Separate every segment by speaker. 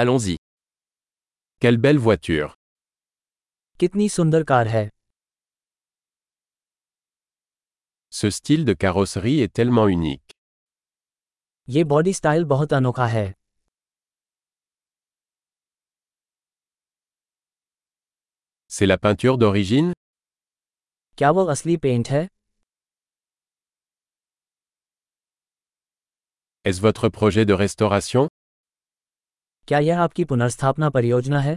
Speaker 1: Allons-y. Quelle belle voiture.
Speaker 2: कितनी सुंदर कार है
Speaker 1: Ce style de carrosserie est tellement unique.
Speaker 2: ये बॉडी स्टाइल बहुत अनोखा है
Speaker 1: C'est la peinture d'origine
Speaker 2: क्या वो असली पेंट है
Speaker 1: Est-ce votre projet de restauration
Speaker 2: क्या यह आपकी पुनर्स्थापना परियोजना है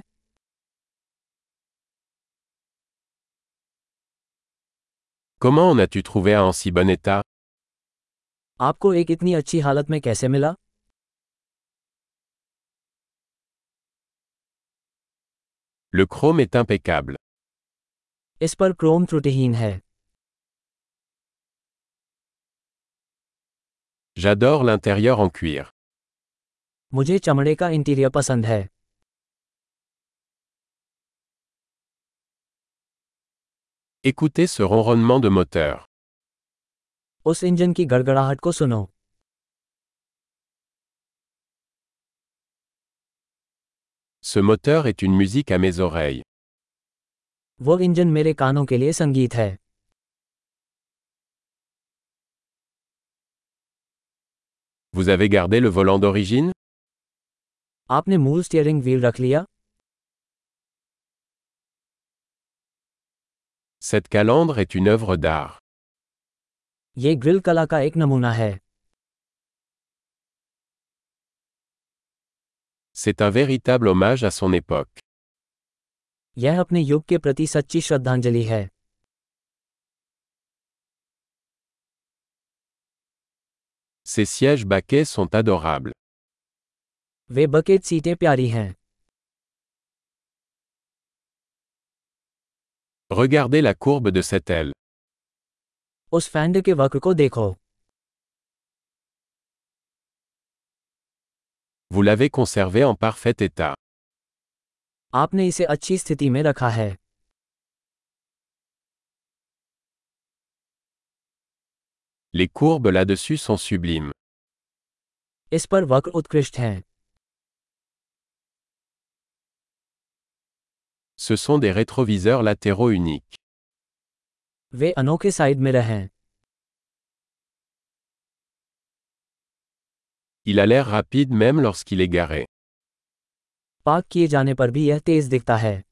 Speaker 1: Comment en as-tu trouvé un en si bon état
Speaker 2: आपको एक इतनी अच्छी हालत में कैसे मिला
Speaker 1: Le chrome est impeccable.
Speaker 2: इस पर क्रोम त्रुटिहीन है
Speaker 1: J'adore l'intérieur en cuir.
Speaker 2: मुझे चमड़े का इंटीरियर पसंद है
Speaker 1: Écoutez ce ronronnement de moteur.
Speaker 2: उस इंजन की गड़गड़ाहट को सुनो
Speaker 1: Ce moteur est une musique à mes oreilles.
Speaker 2: वो इंजन मेरे कानों के लिए संगीत है
Speaker 1: Vous avez gardé le volant d'origine
Speaker 2: आपने मूल स्टीयरिंग व्हील रख लिया
Speaker 1: Cette calandre est une œuvre d'art.
Speaker 2: ये ग्रिल कला का एक नमूना है
Speaker 1: C'est un véritable hommage à son époque.
Speaker 2: यह अपने युग के प्रति सच्ची श्रद्धांजलि है
Speaker 1: Ces sièges baquets sont adorables.
Speaker 2: वे बकेट सीटें प्यारी हैं
Speaker 1: Regardez la courbe de cette aile.
Speaker 2: उस फैंड के वक्र को देखो
Speaker 1: Vous l'avez conservé en parfait état.
Speaker 2: आपने इसे अच्छी स्थिति में रखा है
Speaker 1: Les courbes là-dessus sont sublimes.
Speaker 2: इस पर वक्र उत्कृष्ट हैं
Speaker 1: Ce sont des rétroviseurs latéraux uniques.
Speaker 2: वे अनोखे साइड मिरर हैं
Speaker 1: Il a l'air rapide même lorsqu'il est garé.
Speaker 2: पार्क किए जाने पर भी यह तेज दिखता है